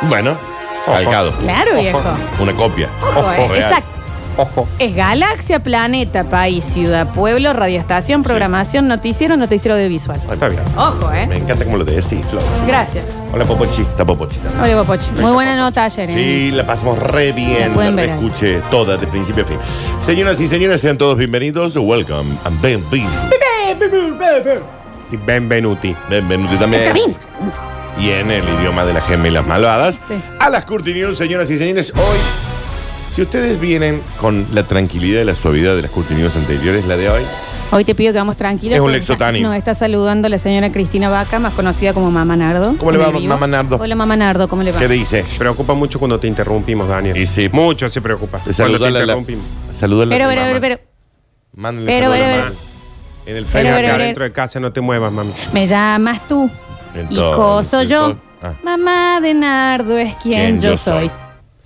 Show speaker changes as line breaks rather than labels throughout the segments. Bueno, calcado.
Claro, viejo.
Una copia.
Ojo, eh.
Real.
Exacto.
Ojo.
Es galaxia, planeta, país, ciudad, pueblo, radioestación, programación, noticiero, noticiero audiovisual.
Ahí está bien.
Ojo,
Me
¿eh?
encanta cómo lo decís, Flor.
Gracias.
Hola, Popochi. Está Popochi también.
Hola, Popochi. Muy buena nota ayer. ¿eh?
Sí, la pasamos re bien.
La pueden
La
ver ahí.
escuché toda, de principio a fin. Señoras y señores, sean todos bienvenidos. Welcome and bienvenidos.
Y Benvenuti.
Bienvenidos también.
Escabins.
y en el idioma de las gemelas malvadas.
Sí.
A las Curti News, señoras y señores, hoy, si ustedes vienen con la tranquilidad y la suavidad de las Curti News anteriores, la de hoy,
Hoy te pido que vamos tranquilos.
Es un
porque
Lexotanin.
Nos está saludando la señora Cristina Vaca, más conocida como Mamá Nardo.
¿Cómo le va,
En vivo.
Mamá Nardo?
Hola, Mamá Nardo, ¿cómo le va?
¿qué dice?
Se preocupa mucho cuando te interrumpimos, Daniel.
Y sí.
Mucho se preocupa. Cuando te
Saludala a la-
interrumpimos.
saludala a
Pero,
tu
pero,
mamá.
pero, pero,
Mándale
pero,
saludo a la
pero,
mamá. En el
Pero,
Facebook.
Ven
pero,
acá
pero-
dentro de casa, no te muevas, mami.
me llamas tú y
Entonces,
coso yo.
entonces, ah.
Mamá de Nardo es quien
¿Quién
yo soy.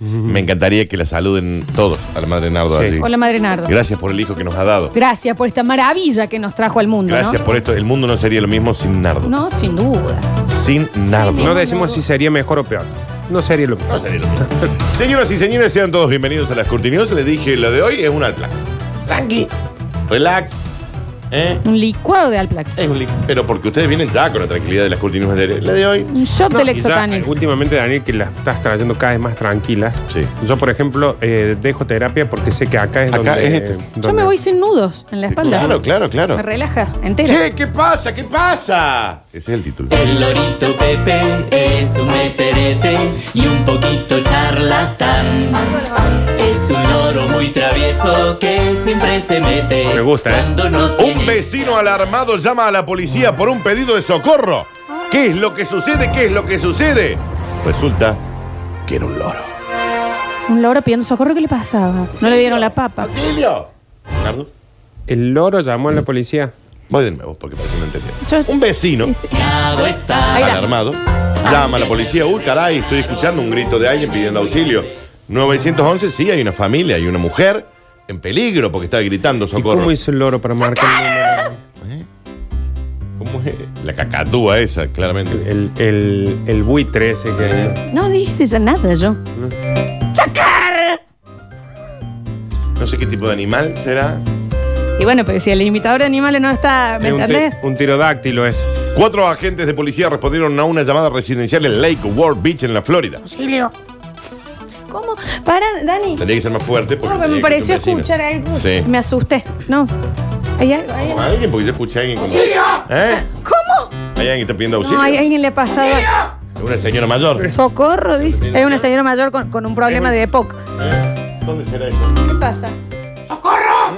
Me encantaría que la saluden todos a la madre Nardo.
Sí.
allí.
Hola, Madre Nardo.
Gracias por el hijo que nos ha dado.
Gracias por esta maravilla que nos trajo al mundo,
Gracias por esto. El mundo no sería lo mismo sin Nardo.
¿no? No, sin duda.
Sin Nardo.
No decimos si sería mejor o peor. No sería lo mismo.
Señoras y señores, sean todos bienvenidos a las Curti News. Les dije, lo de hoy es un alplax. Tranqui. Relax. ¿Eh?
Un licuado de Alplax.
Es un li- Pero porque ustedes vienen ya con la tranquilidad de las Curti News anteriores. La de hoy.
Un shot
No,
de
y ya, eh,
Lexotanin.
últimamente, Daniel, que las estás trayendo cada vez más tranquilas.
Sí.
Yo, por ejemplo, eh, dejo terapia porque sé que acá es
Acá
donde...
es este.
Yo me
donde-
voy sin nudos en la espalda.
Claro, claro, claro.
Me relaja entera.
Che, ¿qué pasa? ¿Qué pasa? Ese es el título.
El lorito Pepe es un meterete y un poquito charlatán. Es un loro muy travieso que siempre se mete.
Me gusta, ¿eh?
Cuando no tiene
Un vecino alarmado llama a la policía por un pedido de socorro. ¿Qué es lo que sucede? ¿Qué es lo que sucede? Resulta que era un loro.
Un loro pidiendo socorro, ¿qué le pasaba? No le dieron la papa.
¡Auxilio! Nardo,
El loro llamó a la policía.
voy de nuevo porque parece que no entendieron.
Yo-
Un vecino.
Sí, sí.
nabo está.
Ahí va. Ah,
alarmado. Llama a la policía. Uy, caray, estoy escuchando un grito de alguien pidiendo auxilio. 911, sí, hay una familia, hay una mujer en peligro porque está gritando
¿Y
socorro.
cómo hizo el loro para marcar
¿Cómo es? La cacatúa esa, claramente.
el, número? el, el, el buitre ese que...
No dice ya nada yo.
No sé qué tipo de animal será.
Y bueno, pero si el imitador de animales no está, ¿me
Es un,
entendés?
ti- un tirodáctilo es.
Cuatro agentes de policía respondieron a una llamada residencial en Lake Worth Beach, en la Florida.
¿Cómo? Para, Dani.
Tendría que ser más fuerte porque.
No, Ah, me
tenía que
pareció
ser un vecino.
escuchar algo.
Sí.
Me asusté. No. Hay algo- hay-
Como alguien, porque yo escuché a alguien como. ¿Eh?
¿Cómo?
Hay alguien que está pidiendo
No,
auxilio.
hay alguien le ha pasado
Una señora mayor. ¿Eh?
socorro, dice. Hay una señora mayor con, con un problema de EPOC.
¿Eh? ¿Dónde será eso?
¿Qué pasa?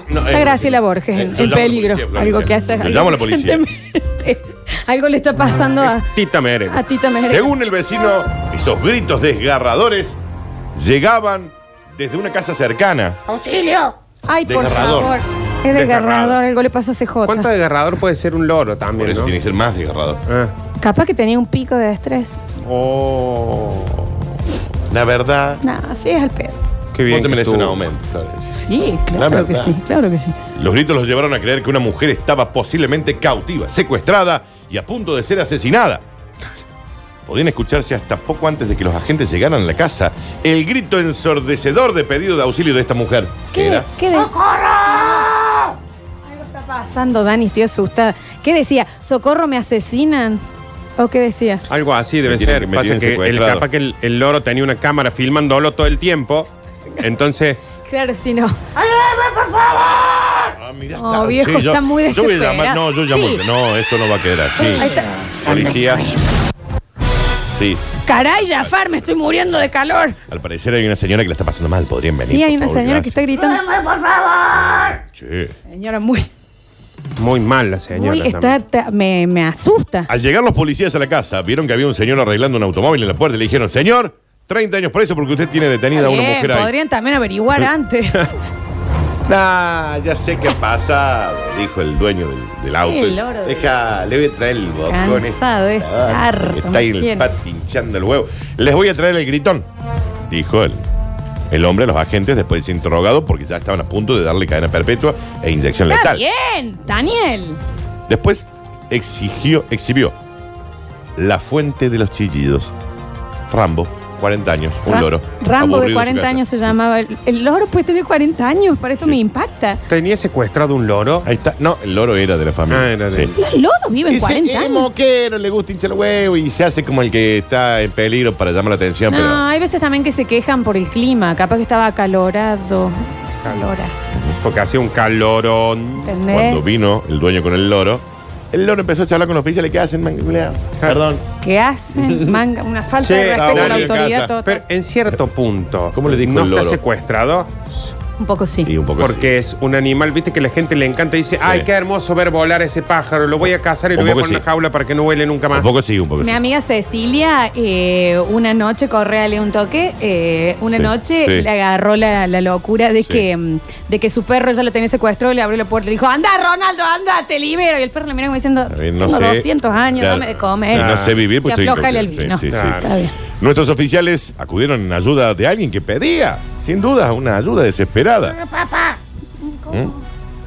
No,
Está
eh,
Graciela Borges
eh,
en,
yo
en
llamo a la
peligro.
policía, Florencia.
algo que hace.
Yo llamo a la policía.
algo le está pasando a,
Tita Mere.
a Tita Mejer.
Según el vecino, esos gritos desgarradores llegaban desde una casa cercana.
Ay, por
Desgarrador.
favor. Es desgarrador,
Desgarrador.
algo le pasa a CJ.
¿Cuánto desgarrador puede ser un loro también,
Por eso
no?
tiene que ser más desgarrador.
Ah.
Capaz que tenía un pico de estrés.
Oh,
La verdad,
Nada, sí es al pedo.
qué bien.
no te
que
mereces un
estuvo.
aumento, Florencia.
Sí,
La
claro
verdad.
que sí, claro que sí.
Los gritos los llevaron a creer que una mujer estaba posiblemente cautiva, secuestrada y a punto de ser asesinada. Podían escucharse hasta poco antes de que los agentes llegaran a la casa el grito ensordecedor de pedido de auxilio de esta mujer. que
¿Qué,
era-
qué de- Algo está pasando, Dani, estoy asustada. ¿Qué decía? ¿Socorro me asesinan? ¿O qué decía?
Algo así debe
Me tienen-
ser.
me
Pasa
tienen
que el,
secuestrado.
capaz que el, el loro tenía una cámara filmándolo todo el tiempo. Entonces,
Claro, si no.
Ah, mirá,
Oh, viejo,
yo-
está muy
yo voy a
desesperado.
llamar- No, yo llamo.
Sí.
No, esto no va a quedar así.
Ahí está.
Policía. Sí.
Caray, Jafar, me estoy muriendo de calor.
Al parecer hay una señora que la está pasando mal. Podrían venir.
Sí,
por
hay una
favor,
señora que está
gracias.
gritando.
Che.
Señora, muy.
Muy mal la señora.
muy está,
también.
está- me, me asusta.
Al llegar los policías a la casa, vieron que había un señor arreglando un automóvil en la puerta y le dijeron, señor, 30 años preso porque usted tiene detenida a una
Bien,
mujer ahí.
podrían también averiguar antes.
Nah, ya sé qué pasa, dijo el dueño del, del auto.
El loro de-
Deja, le voy a traer el bocón.
Cansado de
este, ah,
estar,
que
no
Está ahí en
quiere.
el patio hinchando el huevo. Les voy a traer el gritón, dijo el, el hombre a los agentes después de ser interrogado porque ya estaban a punto de darle cadena perpetua e inyección
Está
letal.
bien, Daniel.
Después exigió, exhibió la fuente de los chillidos. Rambo, 40 años, un
Ram-
loro.
Rambo
aburrido en
de
su
40
casa.
años se llamaba. El, el loro puede tener 40 años, para eso
Sí.
me impacta.
¿Tenía secuestrado un loro?
Ahí está. No, el loro era de la familia.
Ah, era de-
Sí.
Los loros viven
Dice,
40
"Eh,
años.
moquero, le gusta hinchar el huevo y se hace como el que está en peligro para llamar la atención,
No, hay veces también que se quejan por el clima. Capaz que estaba acalorado. Calora.
Porque hacía un calorón.
pero cuando
¿Entendés?
vino el dueño con el loro, el loro empezó a charlar con los oficiales que hacen, man, mira, perdón.
¿Qué hacen? Manga, una falta
Che,
de respeto a la
ahora en
autoridad
casa.
total.
Pero en cierto punto,
¿Cómo le dijo
¿no
el
está
loro?
secuestrado?
Un poco sí.
Y un poco
Porque es un animal, viste, que la gente le encanta y dice, ay, qué hermoso ver volar ese pájaro, lo voy a cazar y lo
Un
voy a
poco
poner en
sí.
una jaula para que no huele nunca
sí.
más.
Un poco sí, un poco
Mi
Pues sí.
amiga Cecilia, eh, una noche, corréale un toque, eh, una
Sí,
noche
sí.
le agarró la, la locura de,
Sí.
que, mm, de que su perro ya lo tenía secuestrado, le abrió la puerta y le dijo, anda Ronaldo, anda, te libero. Y el perro le mira como diciendo,
Está bien, no
tengo
sé.
200 años,
Claro.
dame de comer.
Y No sé vivir, pues
Y
estoy
aflojale el vino.
incógnito. Sí, sí, sí.
Claro.
Está bien.
Nuestros oficiales acudieron en ayuda de alguien que pedía, sin duda, una ayuda
Ah,
desesperada.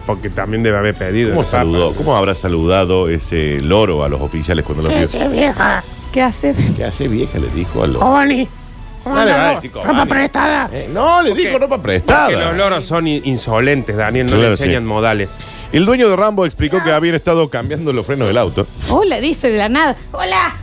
Porque también debe haber pedido.
¿Cómo
el papa.
saludó? ¿Cómo habrá saludado ese loro a los oficiales cuando los vio?
¿Qué hace?
¿Qué hace vieja? Le dijo al loro. No le va a decir Cobani.
prestada.
Eh, no, le dijo ropa prestada.
Porque los loros son in- insolentes, Daniel, no le
Claro,
enseñan
sí.
modales.
El dueño de Rambo explicó que habían estado cambiando los frenos del auto
Hola, dice de la nada. Hola.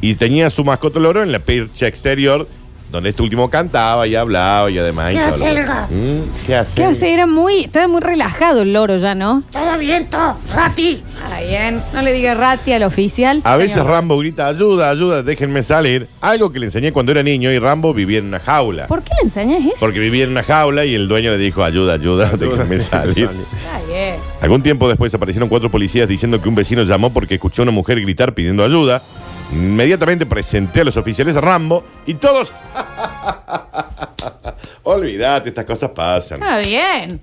y tenía su mascota loro en la percha exterior, donde este último cantaba y hablaba y además.
¿Qué
hinchaba
hace,
los-
Elga?
Mm, ¿Qué hace?
¿Qué hace? Era muy, estaba muy relajado el loro ya, ¿no?
Todo bien, todo. Rati.
Está bien, no le diga rati al oficial.
A veces
Señor.
Rambo grita, ayuda, ayuda, déjenme salir. Algo que le enseñé cuando era niño y Rambo vivía en una jaula.
¿Por qué le enseñas eso?
Porque vivía en una jaula y el dueño le dijo, ayuda, ayuda, déjenme salir.
Está bien.
Algún tiempo después aparecieron cuatro policías diciendo que un vecino llamó porque escuchó a una mujer gritar pidiendo ayuda. Inmediatamente presenté a los oficiales a Rambo y todos... Olvídate, estas cosas pasan.
Está bien.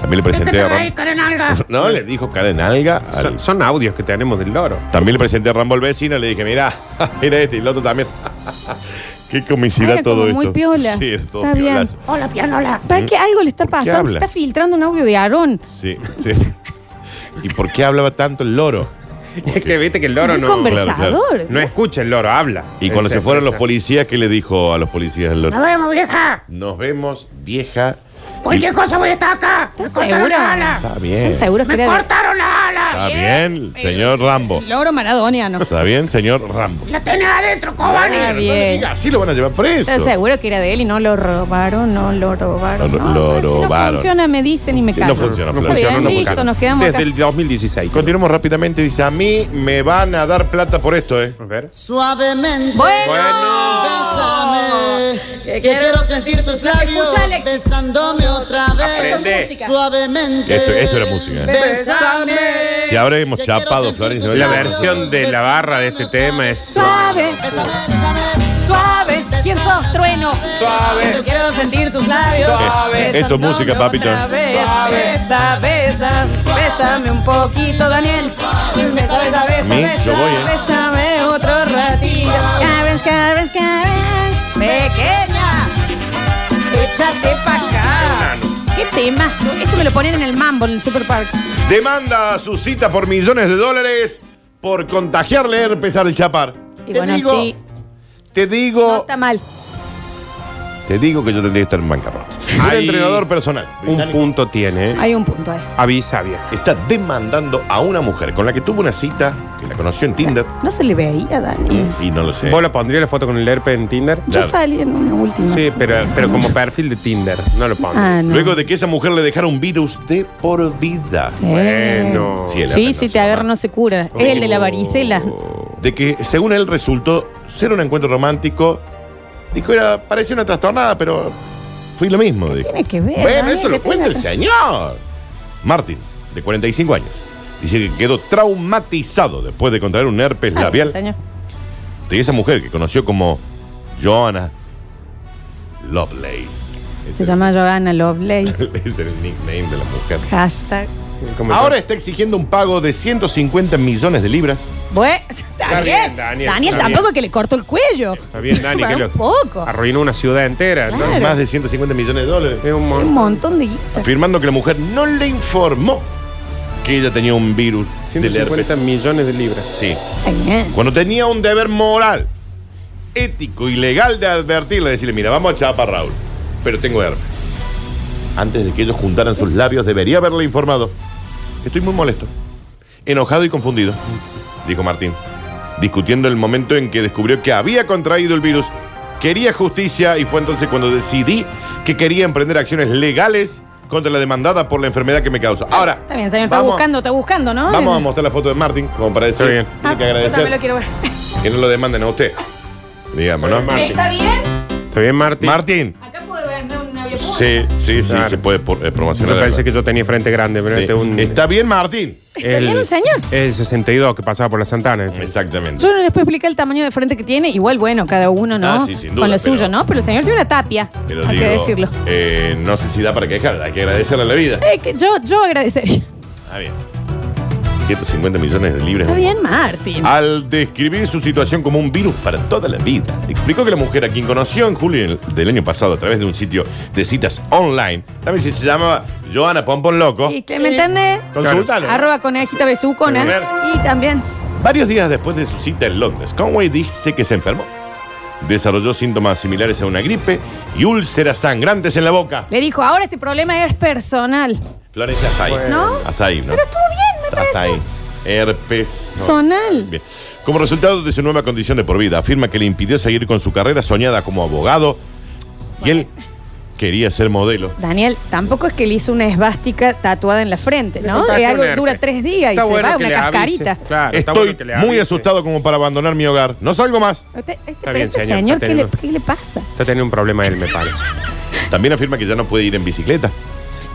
También le presenté a Rambo... No, le dijo cara en alga. al-
Son, son audios que tenemos del loro.
También le presenté a Rambo al vecino le dije, mira, mira este y el otro también. Qué comicidad
Era
todo
como
esto.
muy piola.
Sí, era todo
Está bien.
piolazo.
Hola, pianola.
¿Para qué algo le está
¿Por qué
pasando? Se
habla?
está filtrando un audio de Aarón.
Sí, sí. ¿Y por qué hablaba tanto el loro?
Es que viste que el loro
Un
no,
conversador.
no escucha, el loro habla.
Y cuando
Él
se fueron los
expresa.
policías, ¿qué le dijo a los policías el loro?
Nos vemos, vieja.
Nos vemos, vieja.
Cualquier cosa voy a estar acá. Me cortaron
segura?
las alas.
Está bien.
Seguro que
Me
era de-
cortaron las alas.
Está bien, señor Rambo.
el loro maradoniano.
Está bien, señor Rambo.
La tenés adentro, Cobani.
Está
Bueno, no le
bien.
diga, así lo van a llevar preso.
Está seguro que era de él y no lo robaron, no lo robaron.
No,
No,
lo
pues, si
robaron.
No funciona, me dicen y me
Sí,
callo.
no funciona,
No
Flor.
Está
funcionó,
bien,
no
listo,
funcionó.
nos quedamos
Desde
acá.
el 2016.
Continuamos rápidamente. Dice, a mí me van a dar plata por esto, ¿eh?
A ver.
Suavemente,
Bueno.
bésame.
Que
Que
quiero-
quiero, sentir tus labios
Escucha, Alex.
besándome otra vez.
Aprende.
Música.
Suavemente.
Esto- esto era música, ¿eh?
Bésame.
Si ahora hemos
Que quiero
chapado,
sentir
Florencia.
tus
La
labios
versión de la barra de este tema es-
Suave,
Bésame, bésame.
suave, ¿quién sos trueno? Suave, quiero sentir tus labios.
Suave. Esto es música,
Besándome
papito.
otra vez. Besa, besa, bésame un poquito, Daniel. Besa, besa, besa,
mí,
besa,
yo voy, ¿eh?
bésame otro ratito. Cabres, cabres, cabres. Pequeña, échate pa' acá. ¿Qué tema? Esto me lo ponen en el mambo, en el Super Park.
Demanda a su cita por millones de dólares por contagiarle herpes al chapar.
Y bueno, sí,
te
no
digo,
está mal.
te digo que yo tendría que estar en bancarrota. Un
Hay
entrenador personal
Un
británico
punto tiene. ¿eh?
Hay un punto ahí.
Avisa vieja.
está demandando a una mujer con la que tuvo una cita, que la conoció en Tinder,
No se le veía, Dani.
y no lo sé.
¿Vos la pondrías la foto con el herpes en Tinder?
Yo
Claro.
salí en una última. Eh.
Sí, pero, pero como perfil de Tinder. No lo pondría.
Ah, no.
Luego de que esa mujer le dejara un virus de por vida.
Eh.
Bueno. Oh.
Sí, el
Sí,
herpes
si
no
te
se
agarra
va.
no se cura. Es el de la varicela.
Oh. de que según él resultó ser un encuentro romántico. Dijo, era, parecía una trastornada, pero fui lo mismo. dijo.
tiene que ver,
Bueno,
Daniel,
eso
que
lo cuenta el
tenga-
señor. Martín, de 45 años, dice que quedó traumatizado después de contraer un herpes
Ah,
labial
señor.
de esa mujer que conoció como Joanna Lovelace. Ese
Se llama Joanna Lovelace.
es el nickname de la mujer.
Hashtag.
Como
Ahora está exigiendo un pago de 150 millones de libras.
Bueno, Daniel,
bien, Daniel,
Daniel,
está
tampoco
bien.
que le cortó el cuello.
Está bien, Dani, que lo
Tampoco.
arruinó una ciudad entera, ¿no?
Claro.
Más de 150 millones de dólares.
Es un
Un
mon-
montón de guita.
Afirmando que la mujer no le informó que ella tenía un virus del herpes.
150 millones de libras.
Sí.
Está bien.
Cuando tenía un deber moral, ético y legal de advertirle, decirle, mira, vamos a chapar Raúl, pero tengo herpes. Antes de que ellos juntaran sus labios, debería haberle informado. Estoy muy molesto, enojado y confundido, dijo Martín, discutiendo el momento en que descubrió que había contraído el virus. Quería justicia y fue entonces cuando decidí que quería emprender acciones legales contra la demandada por la enfermedad que me causa. Ahora,
Está bien, señor. Está
vamos-
buscando, está buscando, ¿no?
Vamos a mostrar la foto de Martín, como para decir,
Está bien.
tiene que
Ah, Yo también lo
agradecer.
quiero ver.
Que no lo demanden a usted. Digamos, ¿no?
Martín.
¿Está bien?
¿Está bien, Martín?
Eh, Martín.
Acá puede vender un avión
Sí, sí, sí,
Claro.
se puede por- eh,
Yo
promocionar.
pensé que yo tenía frente grande, pero
Sí.
este es un...
Está bien, Martín.
Está bien, señor.
Es el 62 que pasaba por la Santana.
Exactamente.
Yo no les puedo explicar el tamaño de frente que tiene. Igual, bueno, cada uno, ¿no?
Ah, sí, sin duda,
Con lo
pero-
suyo, ¿no? Pero el señor tiene una tapia.
Pero
hay que
digo,
decirlo.
eh, no sé si da para quejar, hay que agradecerle a la vida.
Eh, que yo, yo agradecería.
Ah, bien. 150 millones de libras.
Está bien, Martín.
Ah,
Al describir su situación como un virus para toda la vida, explicó que la mujer a quien conoció en julio del año pasado a través de un sitio de citas online, también se llamaba Joana Pompón Loco,
Y que, ¿Me entendés?
consultalo.
Arroba conejita besucona.
Seguro.
Y también.
Varios días después de su cita en Londres, Conway dice que se enfermó. Desarrolló síntomas similares a una gripe y úlceras sangrantes en la boca.
Le dijo, ahora este problema es personal.
Florencia, hasta ahí.
¿No?
Hasta ahí, ¿no?
Pero estuvo bien, me
Hasta
parece.
ahí. Herpes. no.
Zonal.
Bien. Como resultado de su nueva condición de por vida, afirma que le impidió seguir con su carrera soñada como abogado y él quería ser modelo.
Daniel, tampoco es que le hizo una esvástica tatuada en la frente,
Le
¿no?
tatuó
De
un
algo que
herpes.
dura tres días y
Está
se
bueno
va
que
una
le avise.
cascarita.
Claro, está
Estoy
bueno que le
muy
avise.
asustado como para abandonar mi hogar. No salgo más.
Este, este- pero
bien,
este
señor,
señor,
está
¿qué, le,
teniendo-
qué le pasa?
Está teniendo un problema él, me parece.
También afirma que ya no puede ir en bicicleta,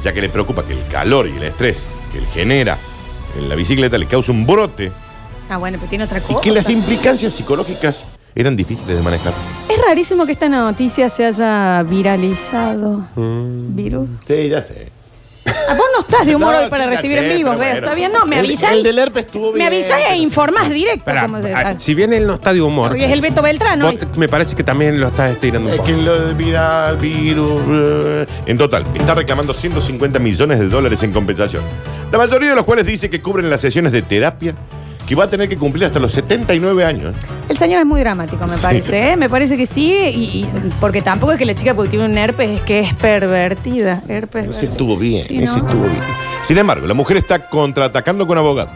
ya que le preocupa que el calor y el estrés que él genera en la bicicleta le cause un brote
Ah, bueno, pero tiene otra cosa.
y que las implicancias psicológicas eran difíciles de manejar.
Es rarísimo que esta noticia se haya viralizado. Virus.
Sí, ya sé.
Ah, vos no estás de humor
No,
hoy para
sí, ya
recibir
sé,
en vivo,
pero
¿ves?
bueno.
Está bien, no, me
El-
avisás.
el del herpes estuvo
Me
bien,
avisás e
pero-
informás directo.
Pará,
como se-
ah,
ah,
si bien él no está de humor,
Hoy es el Beto Beltrán,
vos
hoy.
te- me parece que también lo estás estirando un
Es
poco.
que lo del viral, virus. eh. En total, está reclamando 150 millones de dólares en compensación. La mayoría de los cuales dice que cubren las sesiones de terapia que va a tener que cumplir hasta los 79 años.
El señor es muy dramático, me parece. ¿eh? Me parece que sí, y, y- porque tampoco es que la chica porque tiene un herpes, es que es pervertida. Herpes.
Ese
pervertida.
estuvo bien,
Sí,
ese
¿no?
estuvo bien. Sin embargo, la mujer está contraatacando con abogado.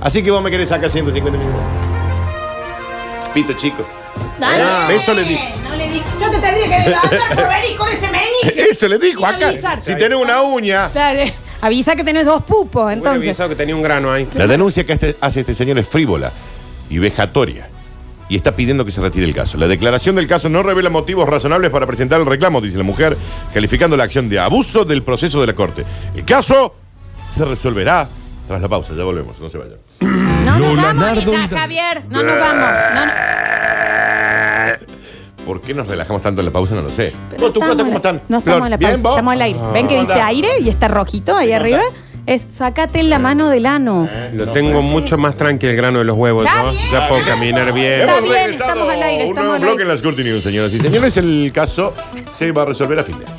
Así que vos me querés sacar 150 millones. Pito chico.
Dale.
Ah, Eso le dijo.
No le dije. Yo te tendría que levantar por venir con ese meñique.
Eso le dijo
Sin
acá.
avisar.
Si tenés una uña.
Dale. Avisa que tenés dos pupos,
Hubiera
entonces.
avisado que tenía un grano ahí.
La denuncia que este- hace este señor es frívola y vejatoria. Y está pidiendo que se retire el caso. La declaración del caso no revela motivos razonables para presentar el reclamo, dice la mujer, calificando la acción de abuso del proceso de la corte. El caso se resolverá tras la pausa. Ya volvemos, no se vayan.
No nos
Lola
vamos,
Nardo y
Anita,
Dan-
Javier. No nos vamos. No, no.
¿Por qué nos relajamos tanto en la pausa? No lo sé.
Pero
¿Vos, ¿Tus
estamos
cosas cómo
en la-
están?
No estamos
Flor,
en la
¿bien,
pausa,
vos?
estamos al aire. ¿Ven que
¿Cómo
dice
andás?
aire y está rojito ahí
¿Cómo
arriba?
andás?
Es sacate la mano del ano.
Lo tengo mucho más tranquilo el grano de los huevos,
Está
¿no?
bien.
Ya puedo caminar bien.
Está
Hemos
bien,
regresado
estamos al aire,
a un
estamos
nuevo
al
bloque
aire.
en las Curti News, señoras y señores. El caso se va a resolver a fin de año.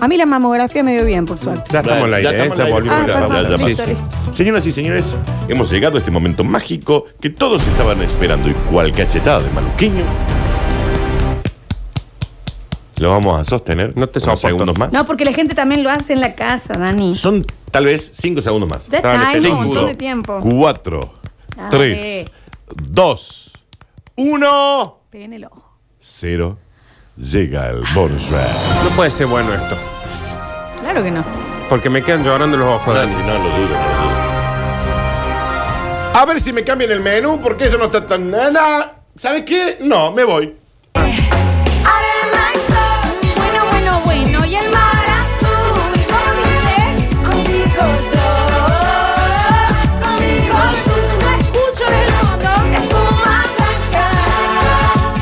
A mí la mamografía me dio bien, por suerte.
Ya estamos al
Ya
aire, ¿eh?
estamos
ya
al aire.
volvimos.
Ah,
a la
perdón,
radio.
ya
Sí,
listo,
sí.
listo.
Señoras y señores, hemos llegado a este momento mágico que todos estaban esperando y cual cachetada de maluquiño. Lo vamos a sostener.
No te
unos
soporto.
segundos más.
No, porque la gente también lo hace en la casa, Dani.
Son tal vez cinco segundos más.
Ya
Dale,
está, hay un
Cinco,
montón de tiempo.
Cuatro,
Dale.
tres, dos, uno,
Pegué en el ojo.
cero. Llega el bonus round.
No puede ser bueno esto.
Claro que no.
Porque me quedan llorando los ojos. Dani.
no lo dudo. A ver si me cambian el menú, porque eso no está tan. Nada. ¿Sabes qué? No, me voy.
Bueno, bueno, bueno. Y el mar azul. ¿Cómo dice?
Contigo yo, conmigo tú.
No escucho del fondo.
Espuma blanca para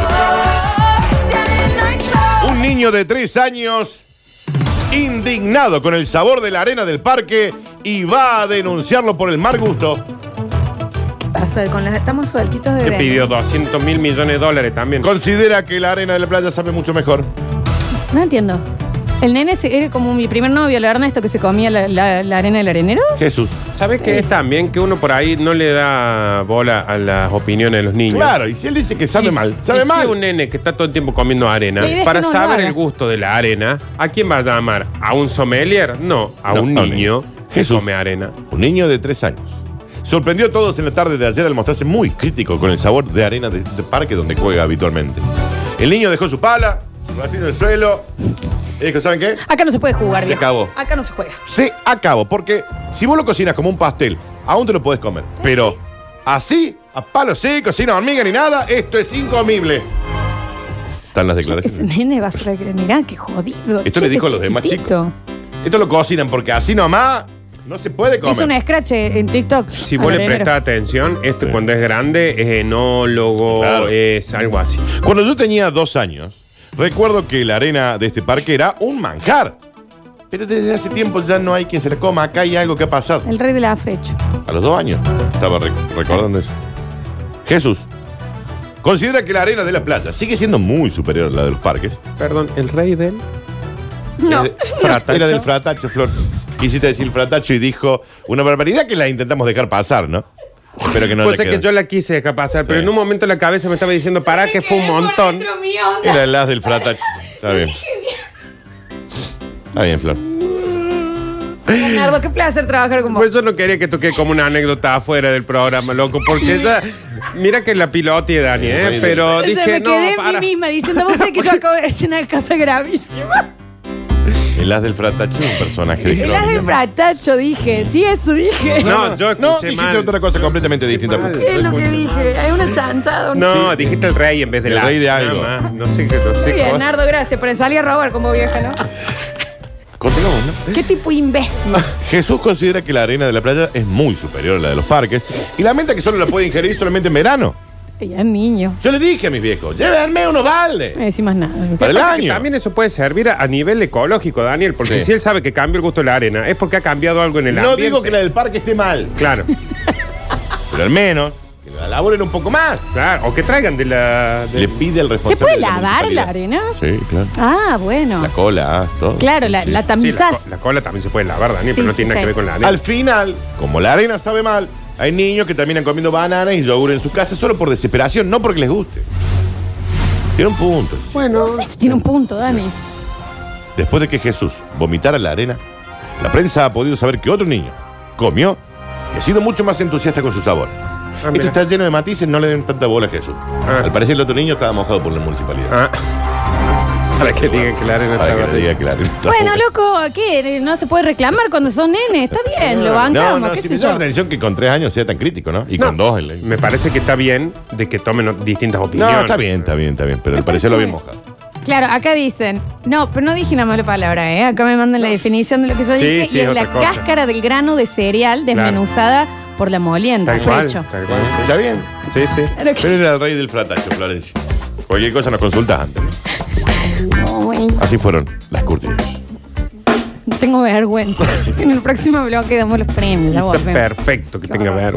tu amor. De arena y sol.
Un niño de tres años indignado con el sabor de la arena del parque y va a denunciarlo por el mal gusto.
Pasa con las. Estamos sueltitos de
Le
verano.
pidió 200 mil millones de dólares también.
Considera que la arena de la playa sabe mucho mejor.
No entiendo. El nene se- era como mi primer novio, el Ernesto, que se comía la, la- la arena del arenero.
Jesús.
¿Sabes qué es también? Que uno por ahí no le da bola a las opiniones de los niños.
Claro, y si él dice que sabe
Y
mal,
si-
sabe
y Si
mal.
un nene que está todo el tiempo comiendo arena,
La idea es
para
que no lo
saber
haga.
el gusto de la arena, ¿a quién va a llamar? ¿A un sommelier? No, a
No,
un
no,
niño
no.
que
Jesús.
come arena.
Un niño de tres años. Sorprendió a todos en la tarde de ayer al mostrarse muy crítico con el sabor de arena de este parque donde juega habitualmente. El niño dejó su pala, su ratito en el suelo. Y dijo, ¿saben qué?
Acá no se puede jugar.
Se
viejo.
acabó.
Acá no se juega.
Se acabó. Porque si vos lo cocinas como un pastel, aún te lo podés comer. Pero así, a palo seco, sin hormiga ni nada, esto es incomible. Están las
Ese
declaraciones.
nene va a ser. Mirá, qué jodido.
Esto le dijo a los demás
chiquitito.
Esto lo cocinan porque así nomás no se puede comer.
Hizo un scratch en TikTok.
Si
al
vos le
arenero.
prestás atención, esto
Sí.
cuando es grande es enólogo,
Claro.
es algo así.
Cuando yo tenía dos años, recuerdo que la arena de este parque era un manjar. Pero desde hace tiempo ya no hay quien se la coma. Acá hay algo que ha pasado.
El rey de la afrecho.
A los dos años estaba re- recordando eso. Jesús considera que la arena de la playa sigue siendo muy superior a la de los parques.
Perdón, el rey del...
No.
Es de- Era del fratacho, Flor. Quisiste decir fratacho y dijo una barbaridad que la intentamos dejar pasar, ¿no? Pero que no
Pues
Cosa
le
que
quedó.
yo la quise dejar pasar, pero
Sí.
en un momento la cabeza me estaba diciendo, pará, que fue un montón.
Era el as del fratacho. Está bien. Está bien, Flor.
Leonardo, qué placer trabajar con vos.
Pues yo no quería que toque como una anécdota afuera del programa, loco, porque ya... Mira que la pilote, Dani,
El rey
¿eh?
del-
Pero
O sea,
dije,
me quedé
no, para.
en mí misma diciendo, vos sabés que yo acabo de decir una cosa gravísima.
El as del fratacho es un personaje de
El as
Crónica.
del fratacho, dije. Sí, eso dije.
No, yo
No,
escuché
dijiste
mal.
otra cosa completamente distinta.
mal.
¿Qué es lo que dije? Hay una chanchada. un
No, dijiste el rey en vez del
El
as,
rey de
nada
algo.
más. No sé qué, no
Muy
sé
bien,
cosa.
Nardo, gracias. Pero salí a robar como vieja, ¿no?
Continuamos, ¿no?
¿Qué tipo imbécil?
Jesús considera que la arena de la playa es muy superior a la de los parques y lamenta que solo la puede ingerir solamente en verano.
Ya niño.
Yo le dije a mis viejos, llévenme unos
No me
baldes
decís más nada.
para el
Aparte que
año.
También eso puede servir a, a nivel ecológico, Daniel, porque
Sí.
si él sabe que cambió el gusto de la arena, es porque ha cambiado algo en el
No
ambiente.
digo que la del parque esté mal,
Claro,
pero al menos que la laboren un poco más.
claro. O que traigan de la... de-
Le pide el responsable.
¿Se puede
de la
lavar
municipalidad.
la arena?
Sí, claro.
Ah, bueno.
La cola, todo.
Claro, la,
Sí,
la
sí.
Sí, la,
tamizás.
co- la cola también se puede lavar, Daniel,
Sí,
pero no tiene nada
sí.
que ver con la arena.
Al final, como la arena sabe mal, hay niños que terminan comiendo bananas y yogur en su casa solo por desesperación, no porque les guste. Tiene un punto.
No sé si tiene un punto, Dani.
Después de que Jesús vomitara la arena, la prensa ha podido saber que otro niño comió y ha sido mucho más entusiasta con su sabor. Esto
mira.
está lleno de matices, no le den tanta bola a Jesús.
Ah.
Al parecer el otro niño estaba mojado por la municipalidad.
Ah. Para que digan que la arena
Para que
está
le diga que la arena Ah, estaba
Bueno,
mojada.
loco, ¿qué? No se puede reclamar cuando son nene. Está bien, lo
No,
bancamos,
no,
qué
sí
sé
me llama
yo.
la atención que con tres años sea tan crítico, ¿no? Y
No.
con dos. el-
Me parece que está bien de que tomen o- distintas opiniones.
No, está bien, está bien, está bien. Pero
Me
al parecer lo
parece
había
muy-
mojado.
Claro, acá dicen. No, pero no dije una mala palabra, ¿eh? Acá me mandan la definición de lo que yo
Sí,
dije.
sí,
y es
es
la
otra cosa.
cáscara del grano de cereal desmenuzada por la molienda.
Tal cual,
Frecho.
tal cual.
Está bien.
Sí, sí.
Claro que-
Pero era el rey del fratacho, Florencia. Cualquier cosa nos consultas antes. ¿no?
Uy,
Así fueron las curtidas.
tengo vergüenza. En el próximo bloque damos los premios. Ya
Está
volvemos.
perfecto que tenga ver.